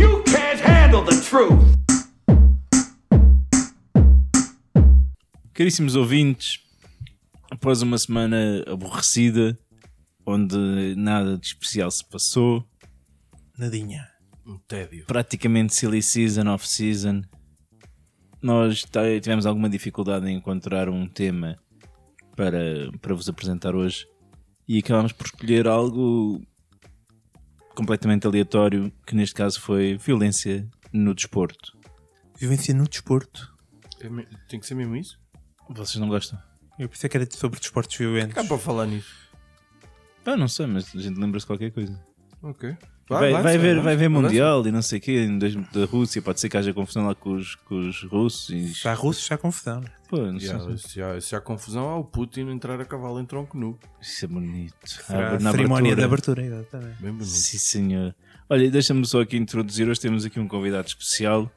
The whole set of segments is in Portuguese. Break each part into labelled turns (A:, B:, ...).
A: You can't handle the truth.
B: Caríssimos ouvintes, após uma semana aborrecida, onde nada de especial se passou,
C: Nadinha.
D: Um tédio.
B: praticamente silly season, off-season, nós t- tivemos alguma dificuldade em encontrar um tema para, para vos apresentar hoje e acabámos por escolher algo completamente aleatório, que neste caso foi violência no desporto.
C: Violência no desporto.
D: É me- Tem que ser mesmo isso?
B: Vocês não gostam?
C: Eu pensei que era sobre desportos violentos.
D: Cá para falar nisso.
B: Ah, não sei, mas a gente lembra-se de qualquer coisa.
D: Ok.
B: Vai, vai, ver,
D: avança, avança,
B: vai ver
D: avança.
B: Mundial e não sei o quê, em dois- da Rússia, pode ser que haja confusão lá com os, com os russos e
C: Já russos, já confusão. né?
B: pô, não sei,
D: Já, se, há, se há confusão, há o Putin a entrar a cavalo em tronco nu.
B: isso é bonito.
C: Será
B: Abre
C: a
B: na
C: cerimónia
B: abertura.
C: de abertura, exatamente.
D: Bem bonito.
B: Sim, senhor. Olha, deixa-me só aqui introduzir, hoje temos aqui um convidado especial,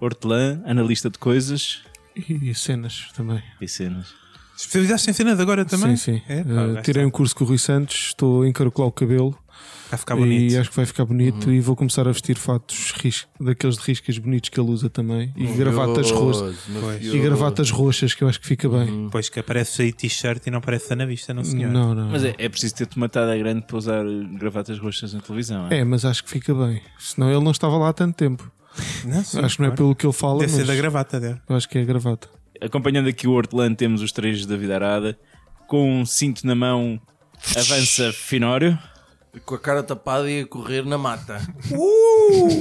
B: Hortelã, analista de coisas
E: E, e cenas também.
B: e cenas.
C: Especializaste em cenas agora também?
E: Sim, sim.
C: É, pá,
E: Eh,
C: vai
E: tirei um curso com o Rui Santos, estou a encaracolar o cabelo
C: Vai ficar
E: e
C: Tá bonito. Uhum.
E: acho que vai ficar bonito e vou começar a vestir fatos ris- daqueles de riscas bonitos que ele usa também e
C: Oh,
E: gravatas roxas. E gravatas roxas que eu acho que fica bem.
C: Pois que aparece aí t-shirt e não aparece na vista, não senhor?
E: Não, não.
B: Mas é, é preciso ter tomatada grande para usar gravatas roxas na televisão. é?
E: É, mas acho que fica bem. Senão ele não estava lá há tanto tempo.
C: Não, sim,
E: acho que não é
C: claro.
E: pelo que ele fala,
C: Deve ser
E: mas
C: da gravata dele.
E: eu acho que é a gravata.
B: Acompanhando aqui o Hortelã, temos os três da vida arada, com um cinto na mão, avança Finório.
D: Com a cara tapada e a correr na mata. Uh!
B: A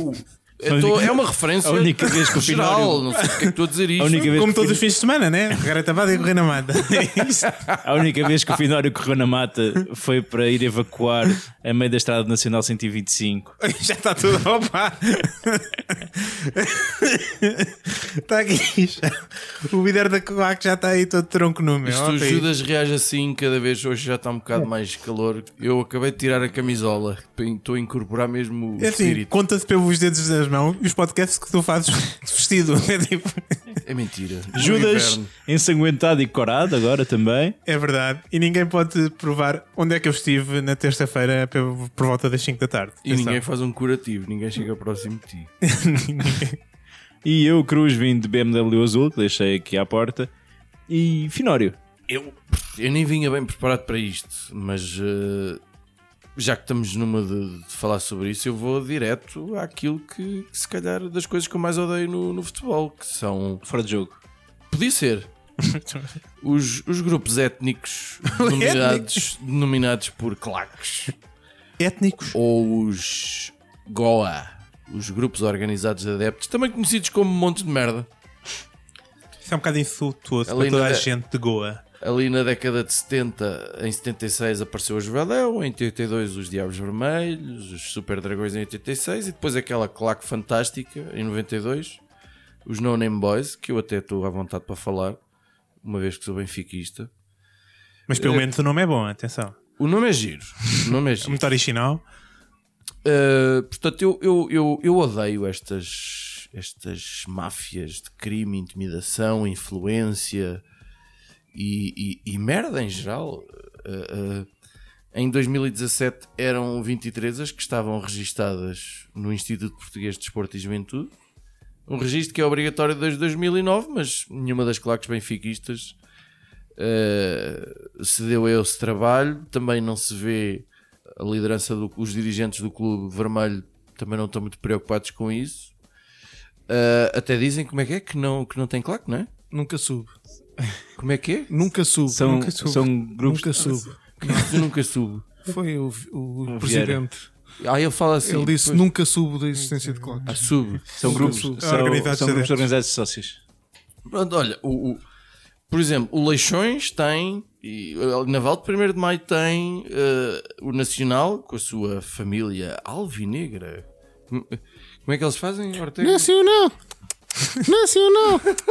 D: Eu tô-
B: única-
D: é uma referência.
B: a única vez que o
D: geral,
B: Finório-
D: Não sei porque é que estou a dizer isto.
B: A única vez
C: Como
B: que o
C: todos os fins de semana, né? Agora estava a correr na mata.
B: A única vez que o Finório correu na mata foi para ir evacuar a meio da Estrada Nacional 125.
C: Já está tudo. Opa! Está Tá aqui. já. O líder da Coac já está aí todo tronco no meu.
D: Isto
C: Ok.
D: o Judas reage assim cada vez. Hoje já está um
B: É.
D: bocado mais calor. Eu acabei de tirar a camisola. Estou a incorporar mesmo o
C: É assim,
D: espírito.
C: conta-se pelos dedos das mãos e os podcasts que tu fazes vestido. É, tipo,
D: É um mentira. No
B: Judas,
D: inverno.
B: ensanguentado e corado agora também.
C: é verdade. E ninguém pode provar onde é que eu estive na terça-feira por por volta das 5 da tarde.
D: E ninguém faz um curativo. Ninguém chega próximo de ti.
B: E eu, Cruz, vim de BMW azul, que deixei aqui à porta. E Finório,
D: Eu, eu nem vinha bem preparado para isto, mas eh, já que estamos numa de, de falar sobre isso, eu vou direto àquilo que, que se calhar das coisas que eu mais odeio no, no futebol, que são.
B: fora de jogo.
D: Podia ser. Os, os grupos étnicos denominados, denominados por claques
C: Étnicos.
D: ou os Goa, os grupos organizados de adeptos, também conhecidos como montes de merda.
C: Isso é um bocado insultuoso
D: Ali
C: para toda
D: não
C: a
D: é-
C: gente de Goa.
D: Ali na década de 70, em 76 apareceu os Veléu, em 82 os Diabos Vermelhos, os Super Dragões em 86 e depois aquela claque fantástica em 92, os No Name Boys, que eu até estou à vontade para falar, uma vez que sou benfiquista.
C: Mas
D: Eh,
C: pelo menos o nome é bom, atenção.
D: O nome é giro, o nome é
C: É
D: giro.
C: muito original.
D: Uh, portanto, eu, eu, eu, eu odeio estas, estas máfias de crime, intimidação, influência e, e- e merda em geral. Uh, uh, em 2017 eram 23 as que estavam registadas no Instituto Português de Desporto e Juventude. Um registro que é obrigatório desde 2009, mas nenhuma das claques benfiquistas uh, se deu a esse trabalho. Também não se vê a liderança do, os dirigentes do clube vermelho também não estão muito preocupados com isso. Ah, até dizem como é que é que não, que não tem claque, não é?
E: Nunca sube.
D: Como é que é?
E: Nunca sube.
B: São,
E: nunca sube.
B: são grupos.
E: Nunca sube.
D: Eu nunca subo.
E: Foi o, o
B: Vieira.
E: presidente.
D: Ah, ele fala assim.
E: Ele disse
D: depois-
E: nunca subo da existência
C: Uhum.
E: de claques.
D: Ah, subo.
B: São grupos, são,
C: São organizados
B: são grupos
C: adeptos.
B: organizados de sócios.
D: Pronto, olha, o, o- por exemplo, o Leixões tem, e, o Naval de 1 de Maio tem eh, o Nacional com a sua família alvinegra. Como como é que eles fazem, Ortega?
E: Nacional! Nacional!
B: São os, senhores,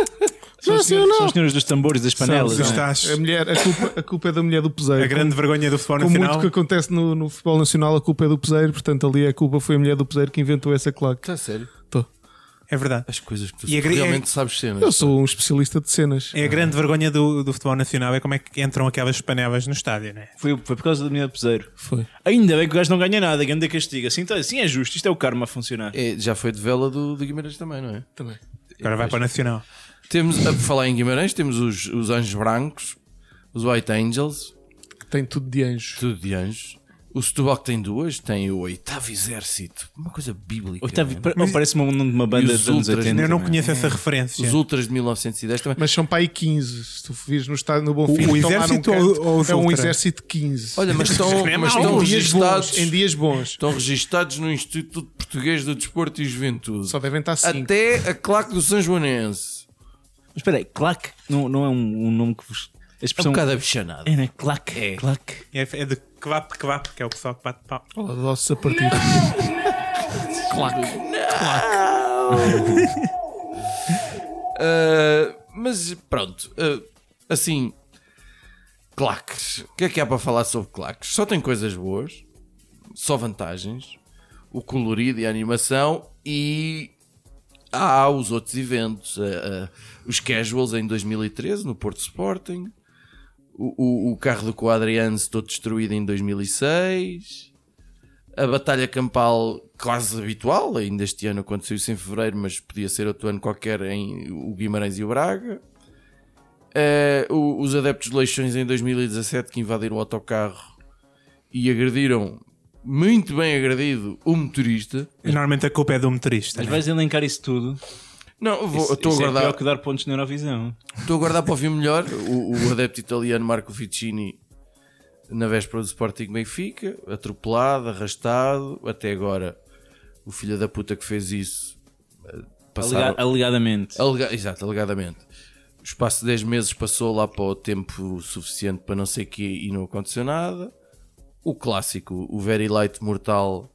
B: são
E: Nacional!
B: os senhores dos tambores, das panelas.
C: Dos
B: não é?
C: tachos.
E: A, mulher, a, culpa, a culpa é da mulher do
D: Eh,
E: peseiro.
C: A grande vergonha do futebol
E: com muito
C: nacional.
E: que acontece no, no futebol nacional, a culpa é do peseiro. Portanto, ali a culpa foi a mulher do peseiro que inventou essa claque.
D: Está sério?
E: Tô.
C: É verdade.
D: As coisas que tu
C: E a gri-
D: realmente
C: é-
D: sabes cenas.
E: Eu sou um especialista de cenas.
C: É a grande vergonha do, do futebol nacional é como é que entram aquelas panevas no estádio, né?
B: Foi, foi por causa do menino peseiro.
E: Foi.
B: Ainda bem que o gajo não ganha nada, grande castigo. Assim, tá- assim é justo, isto é o karma a funcionar.
D: É, já foi de vela do, do Guimarães também, não é?
E: Também.
C: Agora vai para o Nacional.
D: Temos, a falar em Guimarães, temos os, os Anjos Brancos, os White Angels,
E: Que Tem tudo de anjo.
D: tudo de anjos. O Setúbal que tem duas, tem o Oitavo Exército, uma coisa bíblica.
B: Oitavo,
D: não é?
B: pa- parece-me um nome de uma banda
D: os
B: dos anos
D: ultras,
B: 80.
C: Eu não
B: é?
C: conheço essa referência.
D: Os Ultras de 1910 também.
E: Mas são para aí 15. Se tu vires no estádio no Bonfim,
C: O- o
E: estão lá
C: exército
E: num canto,
C: ou- ou os
E: é um
C: ultra?
E: exército de 15.
D: Olha, mas estão, mas
E: Em
D: estão
E: dias bons,
D: registados,
E: em dias bons.
D: estão registados no Instituto Português do Desporto e Juventude.
E: Só devem estar 5.
D: Até a claque do São Joanense.
B: Mas espera aí, claque não, não é um, um nome que vos. A
D: É um
B: expressão.
D: bocado abichanado.
B: É, né? Claque, claque.
C: É, é de kvap, kvap, que é o pessoal que bate pau.
E: Olha, doce a partir.
D: Uh, mas pronto, uh, assim, claques. O que é que há para falar sobre claques? Só tem coisas boas, só vantagens, o colorido e a animação e há os outros eventos, uh, uh, os casuals em 2013 no Porto Sporting, o, o- o carro do Quadriano se todo destruído em 2006. A batalha campal quase habitual, ainda este ano aconteceu-se em fevereiro, mas podia ser outro ano qualquer em o Guimarães e o Braga. Eh, o- os adeptos de Leixões em 2017 que invadiram o autocarro e agrediram, muito bem agredido, o motorista.
C: E Normalmente a culpa é do motorista.
B: Mas
C: né?
B: vais elencar isso tudo.
D: Não, vou-
B: Isso-
D: estou a
B: isso é
D: guardar.
B: pior que dar pontos na Eurovisão.
D: Estou a guardar para ouvir melhor o, o adepto italiano Marco Ficini na véspera do Sporting Benfica, atropelado, arrastado, até agora o filho da puta que fez isso eh, passaram,
B: Alega- alegadamente.
D: Alega- Exato, alegadamente. O espaço de 10 meses passou lá para o tempo suficiente para não sei quê e não aconteceu nada. O clássico, o Very Light Mortal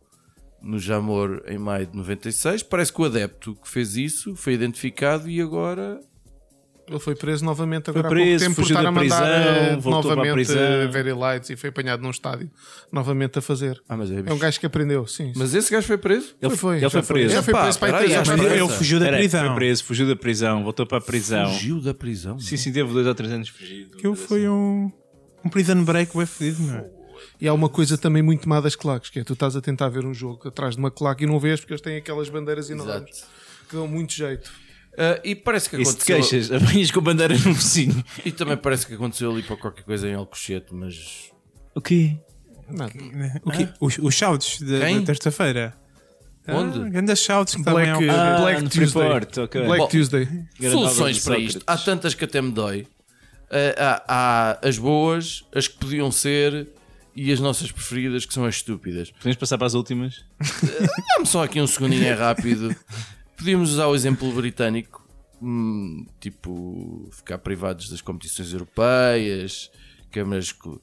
D: no Jamor em maio de 96. Parece que o adepto que fez isso foi identificado e agora
E: Ele foi preso novamente agora
B: Foi
E: há pouco
B: preso,
E: tempo por
B: fugiu
E: estar
B: da
E: a mandar
B: prisão,
E: eh,
B: voltou para a
E: novamente
B: prisão.
E: eh, Very Lights e foi apanhado num estádio novamente a fazer.
D: Ah, mas é
E: É um
D: bicho.
E: gajo que aprendeu, sim. sim.
D: Mas esse gajo foi preso?
B: Ele
E: Foi, foi,
B: ele
E: já
B: foi
E: foi.
B: preso.
E: Já foi
D: Pá,
E: preso para aí
D: peraí, é
E: três
D: já
E: anos.
D: foi
C: Ele fugiu da
B: Espera aí, Foi
C: prisão.
B: preso, fugiu da prisão, voltou para a prisão.
D: Fugiu da prisão.
B: Sim, sim, teve dois ou três anos fugido.
C: Aquilo foi um, um prison break bem fedido, não é?
E: E há uma coisa também muito má das claques, que é tu estás a tentar ver um jogo atrás de uma claque e não vês porque eles têm aquelas bandeiras enormes
D: Exato.
E: que dão muito jeito.
D: Ah, e parece que
B: E se te
D: aconteceu.
B: queixas, apanhas com bandeiras no vizinho.
D: E também parece que aconteceu ali para qualquer coisa em Alcochete, mas.
B: O quê?
E: Nada.
C: O quê? Os, os shouts de-
D: Quem?
C: da terça-feira.
D: Onde?
C: Ah, grandes shouts que também é
E: Black,
C: um...
B: Ah,
E: Black
B: no
E: Tuesday.
B: Freeport, ok.
E: Black
D: Bom,
E: Tuesday.
B: Grande obra
D: Soluções
B: de
D: para
B: Sócrates.
D: isto. Há tantas que até me dói. Ah, há, há as boas, as que podiam ser e as nossas preferidas, que são as estúpidas.
B: Podemos passar para as últimas?
D: Dá-me só aqui um segundinho, é rápido. Podíamos usar o exemplo britânico, hum, tipo, ficar privados das competições europeias, câmaras co-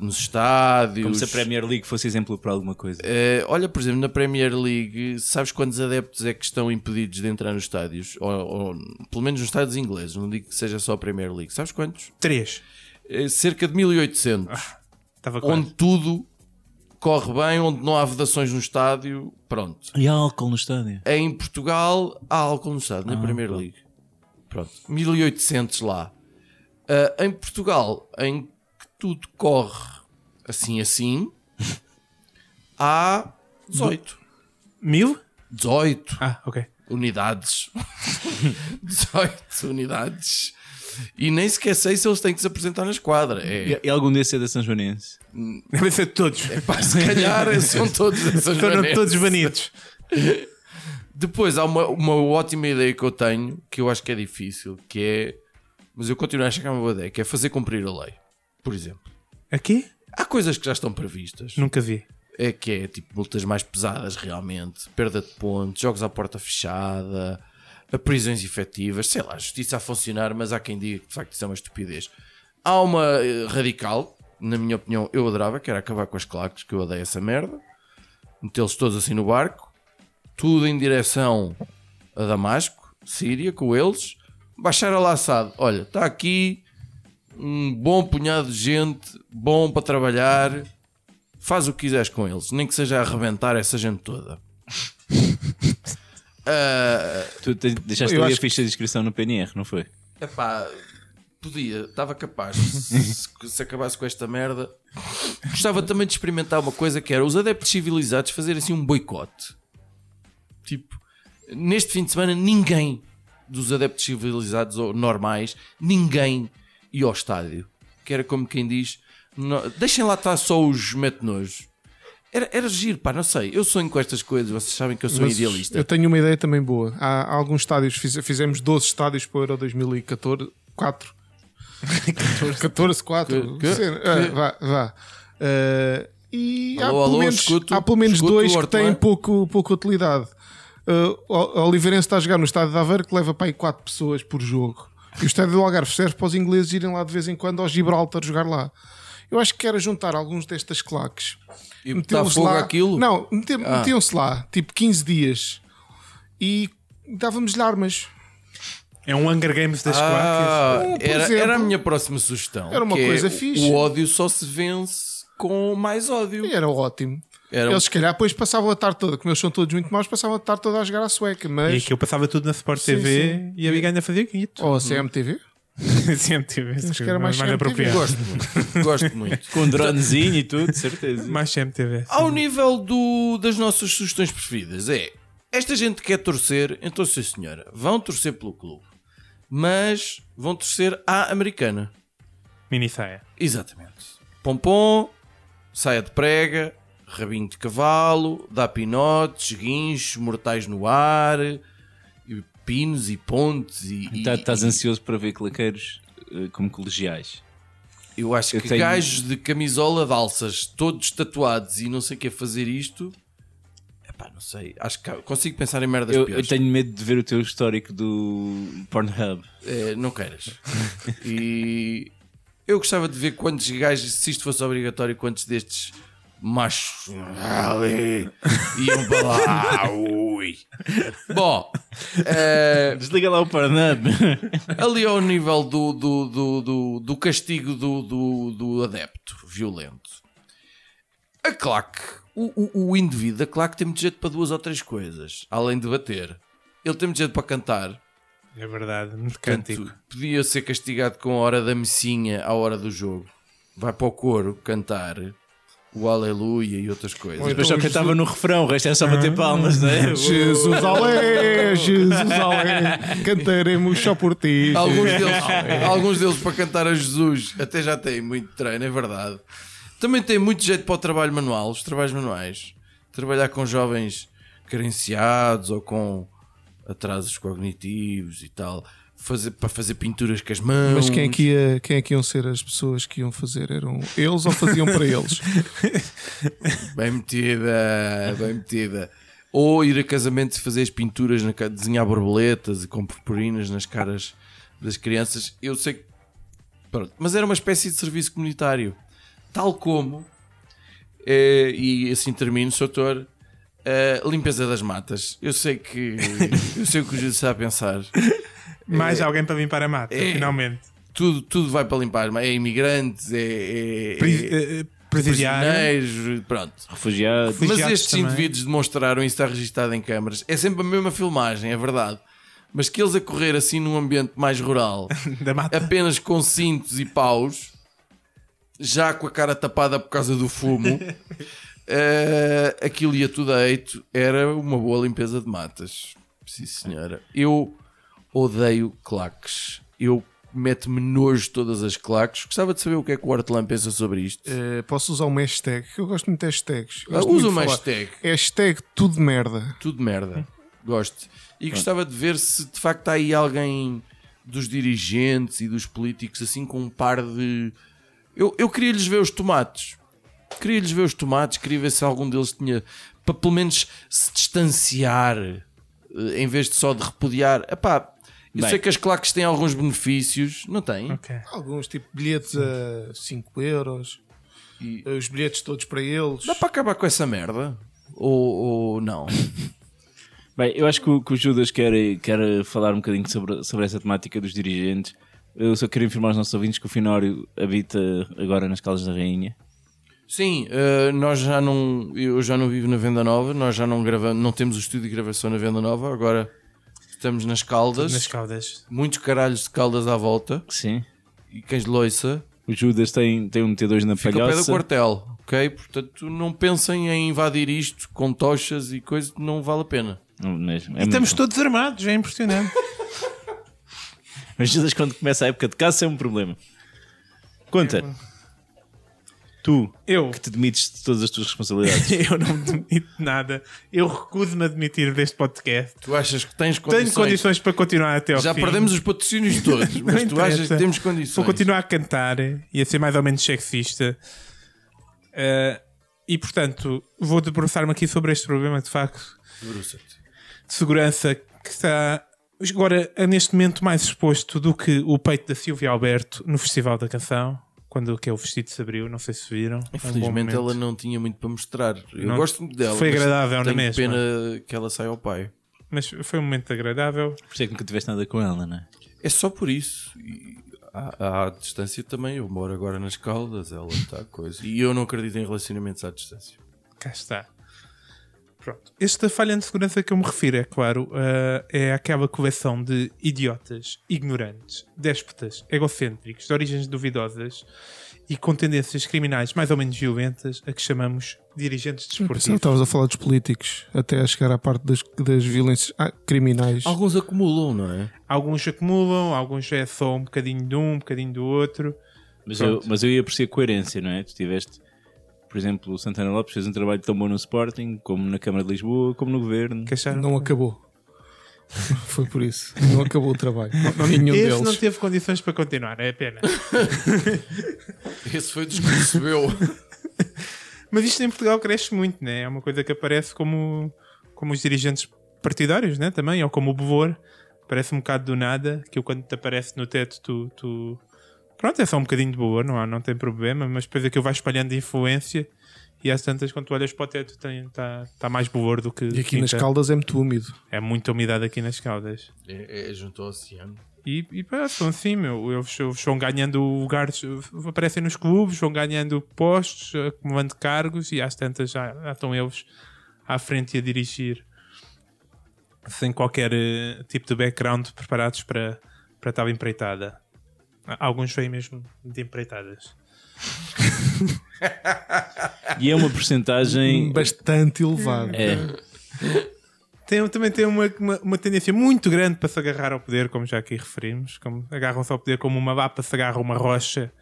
D: nos estádios.
B: Como se a Premier League fosse exemplo para alguma coisa.
D: Eh, olha, por exemplo, na Premier League, sabes quantos adeptos é que estão impedidos de entrar nos estádios? Ou, ou, pelo menos nos estádios ingleses, não digo que seja só a Premier League. Sabes quantos?
C: um- Três.
D: Eh, cerca de 1800.
C: Estava quase.
D: onde tudo corre bem, onde não há vedações no estádio. Pronto.
B: E há álcool no estádio?
D: Em Portugal, há álcool no estádio, na Premier League. Pronto. 1800 lá. Ah, em Portugal, em que tudo corre assim assim, há 18.
C: Mil?
D: 18
C: Ah, ok.
D: unidades. 18 unidades. E nem sequer sei se eles têm que se apresentar na esquadra. É,
B: E, e algum desses é da São Joanense?
C: Deve ser todos.
D: pá, se calhar são todos essas
C: Foram
D: maneiras.
C: todos banidos.
D: Depois há uma, uma ótima ideia que eu tenho, que eu acho que é difícil, que é. Mas eu continuo a achar que é uma boa ideia, que é fazer cumprir a lei. Por exemplo.
C: Aqui?
D: Há coisas que já estão previstas.
C: Nunca vi.
D: É que é tipo multas mais pesadas realmente, perda de pontos, jogos à porta fechada, a prisões efetivas, sei lá, a justiça a funcionar, mas há quem diga que de facto isso é uma estupidez. Há uma eh, radical, na minha opinião, eu adorava, que era acabar com as claques, que eu odeio essa merda, metê-los todos assim no barco, tudo em direção a Damasco, Síria, com eles, baixar a laçado. Olha, está aqui um bom punhado de gente, bom para trabalhar faz o que quiseres com eles, nem que seja a arrebentar essa gente toda. Ah,
B: Tu te- deixaste
E: Eu
B: ali a
E: acho que-
B: ficha de inscrição no PNR, não foi?
D: Epá, podia, estava capaz. Se, se acabasse com esta merda. Gostava também de experimentar uma coisa que era os adeptos civilizados fazerem assim um boicote. Tipo, neste fim de semana ninguém dos adeptos civilizados ou normais, ninguém ia ao estádio. Que era como quem diz, "No- deixem lá estar só os metenojos. Era, era giro, pá, não sei. Eu sonho com estas coisas, vocês sabem que eu sou
E: Mas
D: idealista.
E: Eu tenho uma ideia também boa. Há, há alguns estádios, fiz- fizemos 12 estádios para o Euro 2014, 4. 14, 4.
D: Que- que-
E: Sim, ah, vá, vá. Ah, e há,
D: Alô,
E: pelo
D: alô,
E: menos,
D: escuto,
E: há pelo menos
D: escuto, é?
E: dois que
D: Hortelã.
E: têm pouco, pouca utilidade. Ah, o o Oliveirense está a jogar no estádio de Aveiro que leva para aí 4 pessoas por jogo. E o estádio do Algarve serve para os ingleses irem lá de vez em quando ao Gibraltar jogar lá. Eu acho que era juntar alguns destas claques
D: E botar
E: metiam-se
D: fogo
E: lá.
D: àquilo? Ah.
E: Não, mete- metiam-se lá, tipo 15 dias. E dávamos-lhe armas.
C: É um Hunger Games das claques.
D: Ah,
E: é por
D: era,
E: exemplo,
D: era a minha próxima sugestão.
E: era uma
D: que é
E: coisa
D: o-
E: fixe.
D: O ódio só se vence com mais ódio.
E: E era ótimo.
D: Era- um
E: Eles, se calhar, depois passavam a tarde toda, como eles são todos muito maus, passavam a tarde toda a jogar à sueca,
C: E
E: mas.
C: aqui eu passava tudo na Sport
E: Sim,
C: TV
E: sim.
C: e a Big ainda fazia quito.
E: Ou a CMTV?
C: CMTV, acho
E: que era mais CMTV.
C: apropriado.
D: Gosto muito. gosto muito. Então,
B: Com um dronezinho e tudo, de certeza.
C: Mais CMTV. sim.
D: Ao nível do, das nossas sugestões preferidas, é esta gente quer torcer, então, sim senhora, vão torcer pelo clube, mas vão torcer à americana.
C: Mini saia.
D: Exatamente. Pompom, saia de prega, rabinho de cavalo, dá pinotes, guinchos, mortais no ar, e pinos e pontes e. e-
B: Tá- Estás ansioso para ver claqueiros eh, como colegiais.
D: Eu acho
B: Eu
D: que
B: tenho-
D: gajos de camisola de alças, todos tatuados e não sei o que é fazer isto. Epá, não sei. Acho que consigo pensar em merdas
B: Eu, eu
D: piores.
B: tenho medo de ver o teu histórico do Pornhub.
D: É, não queiras. e eu gostava de ver quantos gajos, se isto fosse obrigatório, quantos destes machos ali iam para lá. Ui. Bom, eh,
B: Desliga lá o Pornhub.
D: Ali ao nível do, do, do, do, do castigo do, do, do adepto violento. A claque, o, o, o indivíduo da claque tem muito jeito para duas ou três coisas, além de bater. Ele tem muito jeito para cantar.
C: É verdade, muito
D: Portanto,
C: cântico.
D: podia ser castigado com a hora da messinha à hora do jogo. Vai para o coro cantar o Aleluia e outras coisas.
E: então-
B: Mas só cantava no refrão, o resto era só bater palmas, não
D: Uhum.
B: é?
E: Jesus Alé! Jesus Alé! Cantaremos só por ti.
D: Alguns deles,
E: É.
D: alguns deles para cantar a Jesus até já têm muito treino, é verdade. Também tem muito jeito para o trabalho manual, os trabalhos manuais. Trabalhar com jovens carenciados ou com atrasos cognitivos e tal. Fazer, para fazer pinturas com as mãos.
E: Mas quem é, que ia- quem é que iam ser as pessoas que iam fazer? Eram eles ou faziam para eles?
D: Bem metida, bem metida. Ou ir a casamentos e fazer as pinturas, na, ca- desenhar borboletas e com purpurinas nas caras das crianças. Eu sei que. Pronto. Mas era uma espécie de serviço comunitário. Tal como. eh, e assim termino, Sr. Doutor. eh, limpeza das matas. Eu sei que. eu sei o que o Júlio está a pensar.
C: Mais alguém para limpar a mata,
D: É.
C: finalmente.
D: Tudo, tudo vai para limpar. É imigrantes, é. é,
C: Pri-
D: é
C: eh, Presidiário.
D: prisioneiros, pronto.
B: Refugiado.
D: Mas
C: Refugiados
D: estes
C: também.
D: indivíduos demonstraram, isso está registado em câmaras, é sempre a mesma filmagem, é verdade. Mas que eles a correr assim num ambiente mais rural,
C: Da mata.
D: apenas com cintos e paus, já com a cara tapada por causa do fumo, eh, aquilo ia tudo a eito, era uma boa limpeza de matas. Sim, senhora. Eu odeio claques. Eu meto-me nojo de todas as claques. Gostava de saber o que é que o Artelã pensa sobre isto.
E: Eh, posso usar uma hashtag? Eu gosto muito de hashtags.
D: Ah,
E: Gosto muito
D: usa
E: de
D: uma
E: falar.
D: hashtag.
E: Hashtag tudo merda.
D: tudo merda. Gosto. E gostava de ver se de facto há aí alguém dos dirigentes e dos políticos assim com um par de. Eu, eu queria-lhes ver os tomates. Queria-lhes ver os tomates, queria ver se algum deles tinha. para pelo menos se distanciar eh, em vez de só de repudiar. Epá, eu
B: Bem.
D: sei que as claques têm alguns benefícios, não têm?
C: Ok.
E: Alguns, tipo bilhetes a 5 euros.
D: E-
E: Os bilhetes todos para eles.
D: Dá para acabar com essa merda? Ou, ou não?
B: Bem, eu acho que o, que o Judas quer, quer falar um bocadinho sobre, sobre essa temática dos dirigentes. Eu só queria informar os nossos ouvintes que o Finório habita agora nas Caldas da Rainha.
D: Sim, eh, nós já não. Eu já não vivo na Venda Nova, nós já não gravamos, não temos o estúdio de gravação na Venda Nova, agora estamos nas Caldas,
C: Nas caudas.
D: muitos caralhos de Caldas à volta
B: Sim.
D: e cães de loiça.
B: O Judas tem, tem um T2 na
D: Fica ao pé do
B: palhaça.
D: quartel, ok? Portanto, não pensem em invadir isto com tochas e coisa, não vale a pena.
B: Não, mesmo, é
C: Estamos
B: muito bom.
C: todos armados, é impressionante.
B: Mas Judas, quando começa a época de caça, é um problema. Conta. Tu,
C: Eu.
B: que te demites de todas as tuas responsabilidades.
C: Eu não me demito de nada. Eu recuso-me a demitir deste podcast.
D: Tu achas que tens
C: Tenho
D: condições?
C: condições para continuar até ao
D: Já
C: fim.
D: perdemos os patrocínios todos,
C: Não
D: mas tu achas
C: interessa.
D: que temos condições?
C: Vou continuar a cantar e a ser mais ou menos sexista. Ah, e portanto, vou debruçar-me aqui sobre este problema de facto de segurança que está agora eh, neste momento mais exposto do que o peito da Silvia Alberto no Festival da Canção, quando que é o vestido se abriu, não sei se viram. É um bom
D: Infelizmente
C: momento.
D: ela não tinha muito para mostrar. Eu
C: Não-
D: gosto muito dela.
C: foi
D: mas
C: agradável é na
D: tenho
C: mesma.
D: pena que ela saia ao pai.
C: Mas foi um momento agradável.
B: Por isso é que nunca tiveste nada com ela, não é?
D: É só por isso. E à, à distância também. Eu moro agora nas Caldas, ela está coisa. E eu não acredito em relacionamentos à distância.
C: Cá está. Pronto. Esta falha de segurança que eu me refiro, é claro, ah, é aquela coleção de idiotas, ignorantes, déspotas, egocêntricos, de origens duvidosas e com tendências criminais mais ou menos violentas a que chamamos dirigentes
E: Pensava que
C: desportivos.
E: estavas a falar dos políticos, até a chegar à parte das, das violências ah, criminais.
D: Alguns acumulam, não é?
C: Alguns acumulam, alguns é só um bocadinho de um, um bocadinho do outro.
B: Mas eu, mas eu ia por si a coerência, não é? Tu tiveste, por exemplo, o Santana Lopes fez um trabalho tão bom no Sporting, como na Câmara de Lisboa, como no Governo.
C: Que acharam?
E: Não acabou. Foi por isso. Não acabou o trabalho. Nenhum
C: Esse
E: deles.
C: não teve condições para continuar, é pena.
D: Esse foi dos que recebeu.
C: Mas isto em Portugal cresce muito, né? É uma coisa que aparece como, como os dirigentes partidários, né? Também, ou como o Bevor. Parece um bocado do nada, que eu quando te aparece no teto, tu. tu- Pronto, é só um bocadinho de boa, não, há, não tem problema, mas depois é aquilo vai espalhando influência e às tantas, quando tu olhas para o teto, está tá mais boa do que.
E: E aqui nas
C: quinta.
E: Caldas é muito úmido.
C: É muita umidade aqui nas caldas.
D: É, é junto ao oceano.
C: E, e pá, são assim, meu. Eles, eles vão ganhando lugares, aparecem nos clubes, vão ganhando postos, acumulando cargos e às tantas já, já estão eles à frente e a dirigir sem qualquer eh, tipo de background preparados para, para tal empreitada. Alguns vêm mesmo de empreitadas.
B: E é uma porcentagem.
E: Um Bastante elevado.
B: É,
C: Tem, também tem uma, uma, uma tendência muito grande para se agarrar ao poder, como já aqui referimos. Como, agarram-se ao poder como uma vapa se agarra a uma rocha,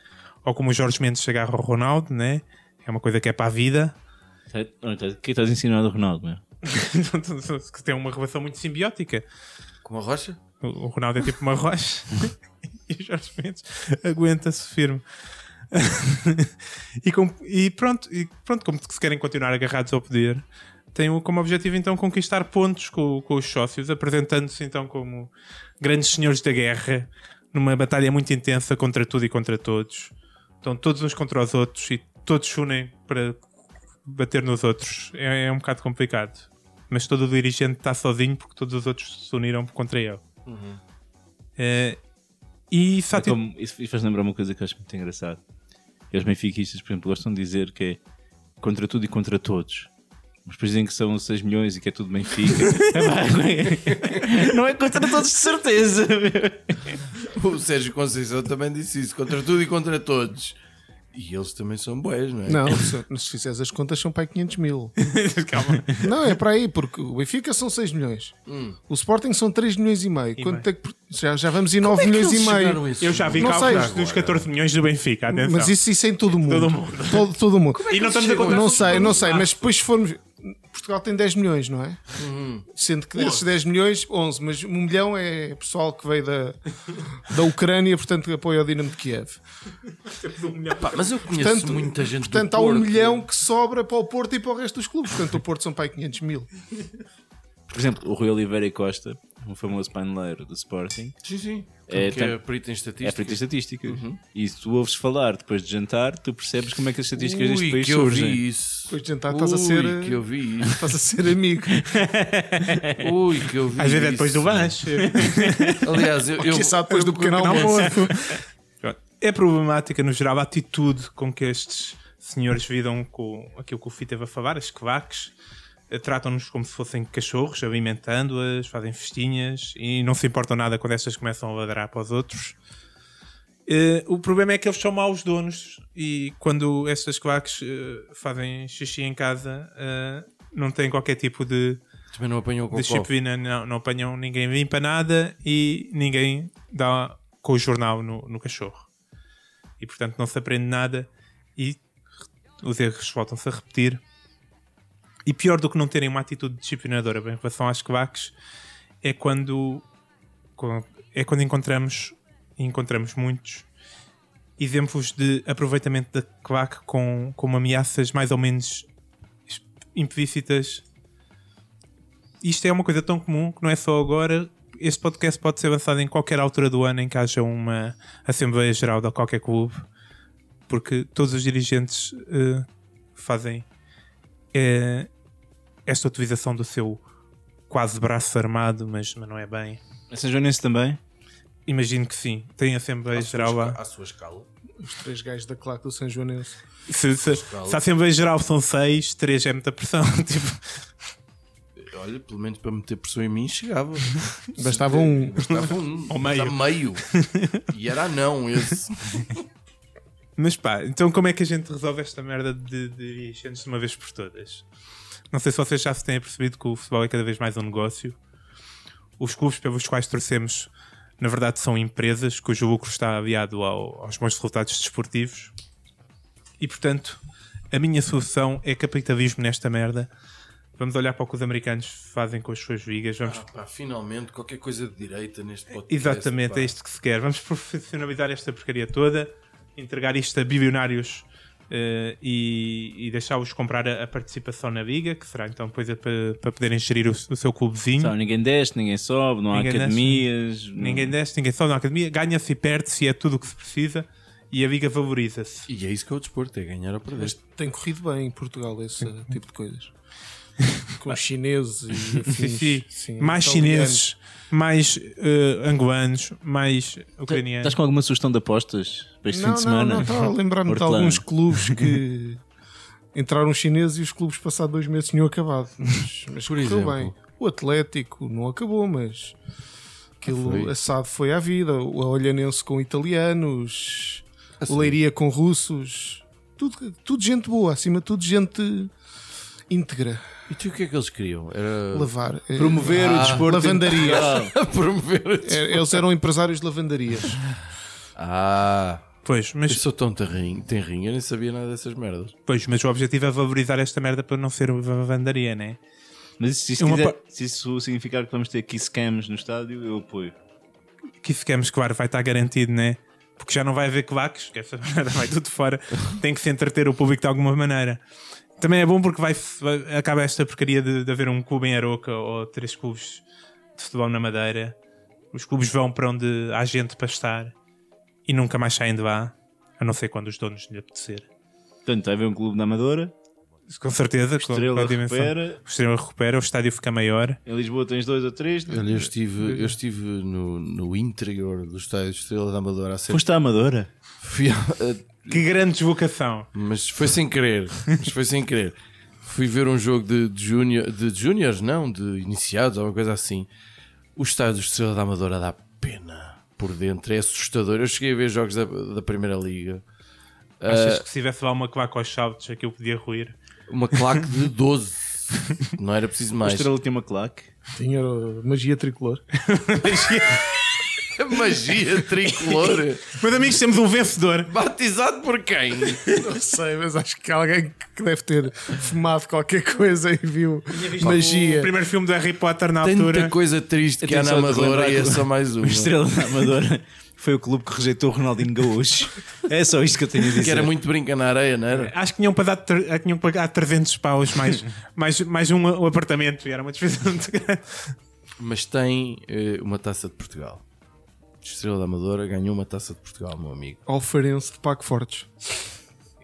C: ou como o Jorge Mendes se agarra ao Ronaldo, né? É uma coisa que é para a vida.
B: Não, então, O que estás insinuando, Ronaldo? Meu?
C: que tem uma relação muito simbiótica.
D: Com a rocha?
C: O o Ronaldo é tipo uma rocha e o Jorge Mendes aguenta-se firme. e, com- e pronto, e pronto, como se querem continuar agarrados ao poder, têm o- como objetivo então conquistar pontos com, com os sócios, apresentando-se então como grandes senhores da guerra, numa batalha muito intensa contra tudo e contra todos. Estão todos uns contra os outros e todos se unem para bater nos outros. É, é um bocado complicado. Mas todo o dirigente está sozinho porque todos os outros se uniram contra ele. Eh, e só
B: É
C: tipo-
B: como- isso isso faz lembrar uma coisa que eu acho muito engraçado. E os benfiquistas, por exemplo, gostam de dizer que é contra tudo e contra todos. Mas depois dizem que são 6 milhões e que é tudo Benfica. Epá, não é contra todos de certeza.
D: O Sérgio Conceição também disse isso. Contra tudo e contra todos. E eles também são boés, não é?
E: Não, se, se fizeres as contas, são para aí 500 mil.
C: Calma.
E: Não, é para aí, porque o Benfica são 6 milhões. O Sporting são 3 milhões e meio. Quanto é que- já, já vamos em 9 milhões e meio.
C: Eu já vi
E: Não
C: cálculos
E: sei.
C: dos 14 milhões do Benfica, atenção.
E: Mas isso, isso é em todo o mundo.
C: Todo o mundo.
E: Todo, todo o mundo.
C: e não estamos a contar.
E: Não
C: tudo.
E: sei, não sei, mas depois se formos. Portugal tem 10 milhões, não é? Sendo que desses 10 milhões, 11, mas 1 milhão é pessoal que veio da, da Ucrânia, portanto que apoia o Dinamo de Kiev.
D: Pá, mas eu conheço
E: Portanto,
D: muita gente do
C: um
E: portanto há 1
D: Porto.
E: milhão que sobra para o Porto e para o resto dos clubes. Portanto, o Porto são para aí 500 mil.
B: Por exemplo, o Rui Oliveira e Costa, um famoso paneleiro do Sporting,
D: Sim, sim.
B: É,
D: É, que é
B: tem-
D: perito em
B: é
D: estatística.
B: perito em estatísticas. E se tu ouves falar depois de jantar, tu percebes como é que as estatísticas
D: Ui,
B: deste país
D: que eu
B: surgem.
D: vi isso.
E: Depois de jantar estás a
D: Ui,
E: ser-
D: que eu vi isso.
E: Estás a ser amigo.
D: Ui, que eu vi
C: eh, Às vezes é
D: isso.
C: depois do lanche.
D: Aliás, eu... eu
E: Quizá depois do pequeno
C: Não
E: almoço.
C: posso. É problemática, no geral, a atitude com que estes senhores viram com aquilo que o Fih teve a falar, as quevaques, eh, tratam-nos como se fossem cachorros, alimentando-as, fazem festinhas e não se importam nada quando estas começam a ladrar para os outros. Eh, o problema é que eles são maus donos e quando estas quaques fazem xixi em casa eh, não têm qualquer tipo de
D: Também não apanhou o cocó.
C: disciplina, não, não apanham ninguém limpa nada e ninguém dá com o jornal no, no cachorro. E portanto não se aprende nada e os erros voltam-se a repetir. E pior do que não terem uma atitude disciplinadora em relação às quevaques é quando, co- é quando encontramos, e encontramos muitos, exemplos de aproveitamento da quevaque com, com ameaças mais ou menos exp- implícitas isto é uma coisa tão comum que não é só agora. Este podcast pode ser lançado em qualquer altura do ano em que haja uma Assembleia Geral de qualquer clube, porque todos os dirigentes eh, fazem eh, esta utilização do seu quase braço armado, mas, mas não é bem.
B: Essa Joanense também?
C: Imagino que sim, tem Assembleia Geral lá.
D: À sua escala.
E: Os três gajos da claque do São Joanense.
C: Se, se, se a Assembleia Geral são seis, três é muita pressão. tipo,
D: Olha, pelo menos para meter pressão em mim chegava.
E: Bastava um.
D: Bastava um.
C: Ao meio.
D: a meio. E era não esse.
C: Mas pá, então como é que a gente resolve esta merda de dirigentes de uma vez por todas? Não sei se vocês já se têm percebido que o futebol é cada vez mais um negócio. Os clubes pelos quais torcemos, na verdade, são empresas cujo lucro está aviado ao- aos bons resultados desportivos. E portanto, a minha solução é capitalismo nesta merda. Vamos olhar para o que os americanos fazem com as suas ligas. Vamos...
D: Ah, pá, finalmente, qualquer coisa de direita neste podcast.
C: Exatamente,
D: pá.
C: é isto que se quer. Vamos profissionalizar esta porcaria toda, entregar isto a bilionários eh, e, e deixá-los comprar a, a participação na Liga, que será então coisa para, para poderem gerir o, o seu clubezinho.
B: Sabe, ninguém desce, ninguém sobe, não há
C: Hum? Ninguém desce,
B: academias.
C: Ninguém é desce, ninguém sobe na academia, ganha-se e perde-se, é tudo o que se precisa e a Liga valoriza-se.
D: E é isso que é o desporto, é ganhar ou perder.
E: Tem corrido bem em Portugal esse tipo de coisas. Com os chineses e
C: Sim,
E: afins.
C: sim.
E: Sim,
C: mais
E: italianos.
C: chineses, mais eh, angolanos, mais ucranianos.
B: Tá- Estás com alguma sugestão de apostas para este
E: não,
B: fim de semana?
E: Não, não, estava a lembrar-me de
B: Hortelã.
E: alguns clubes que entraram os chineses e os clubes passados dois meses tinham acabado. Mas, mas
D: Por
E: correu
D: exemplo.
E: bem. O Atlético não acabou, mas aquilo
D: Foi.
E: assado foi à vida. O Olhanense com italianos, o Leiria com russos. Tudo, tudo gente boa, acima de tudo gente íntegra.
D: E tu o que é que eles queriam? Era
E: Lavar. eh,
D: promover
B: Ah.
D: o desporto.
E: Lavandarias.
D: promover o desporto.
E: Eh, Eles eram empresários de lavandarias.
D: Ah,
C: Pois,
D: eu
C: mas,
D: sou tão terrinho, terrinho, eu nem sabia nada dessas merdas.
C: pois, mas o objetivo é valorizar esta merda para não ser lavandaria, não é?
B: Mas se isso,
C: Uma
B: quiser-
C: pa-
B: se isso significar que vamos ter aqui scams no estádio, eu apoio.
C: que ficamos, claro, vai estar garantido, né? Porque já não vai haver claques, que essa merda vai tudo fora. Tem que se entreter o público de alguma maneira. Também é bom porque vai, vai- acaba esta porcaria de, de haver um clube em Aroca ou três clubes de futebol na Madeira. Os clubes vão para onde há gente para estar e nunca mais saem de lá, a não ser quando os donos lhe apetecer.
B: Portanto, vai haver um clube na Amadora,
C: Com certeza, com, com
B: Estrela
C: a dimensão.
B: recupera,
C: O Estrela recupera, o estádio fica maior.
B: em Lisboa tens dois ou três.
D: Olha, eu estive, eu estive no, no interior do estádio de Estrela da Amadora a ser.
B: Foste à Amadora?
D: Fui a- a-
C: Que grande deslocação!
D: mas foi sem querer. Mas foi sem querer. Fui ver um jogo de, de, júnior- de júniores, não, de iniciados, alguma coisa assim. O estádio de Estrela da Amadora dá pena por dentro, é assustador. Eu cheguei a ver jogos da, da Primeira Liga,
B: Eh,
C: Achas que se tivesse lá uma claque aos saltos, aquilo podia ruir?
D: uma claque de 12, não era preciso
B: A
D: mais.
B: Estrela tinha uma claque.
E: Tinha uh, magia tricolor.
D: Magia tricolor,
C: Meus amigos, temos um vencedor!
D: batizado por quem?
E: Não sei, mas acho que há alguém que deve ter fumado qualquer coisa e viu
C: O
E: magia.
C: primeiro filme do Harry Potter na
D: Tanta
C: altura.
D: coisa triste que há
B: tenho só
D: na
B: de
D: Amadora
B: lembrar
D: e é
B: que-
D: só mais uma.
B: A Estrela da Amadora foi o clube que rejeitou o Ronaldinho Gaúcho. É só isto que eu tenho a dizer.
D: Que era muito brinca na areia, não era?
C: Acho que tinham pagado, ter- tinham pagado 300 paus mais, mais, mais um, um apartamento. E era uma despesa muito grande.
D: Mas tem eh, uma taça de Portugal. Estrela da Amadora ganhou uma taça de Portugal, meu amigo.
E: Alfarense de Paco Fortes.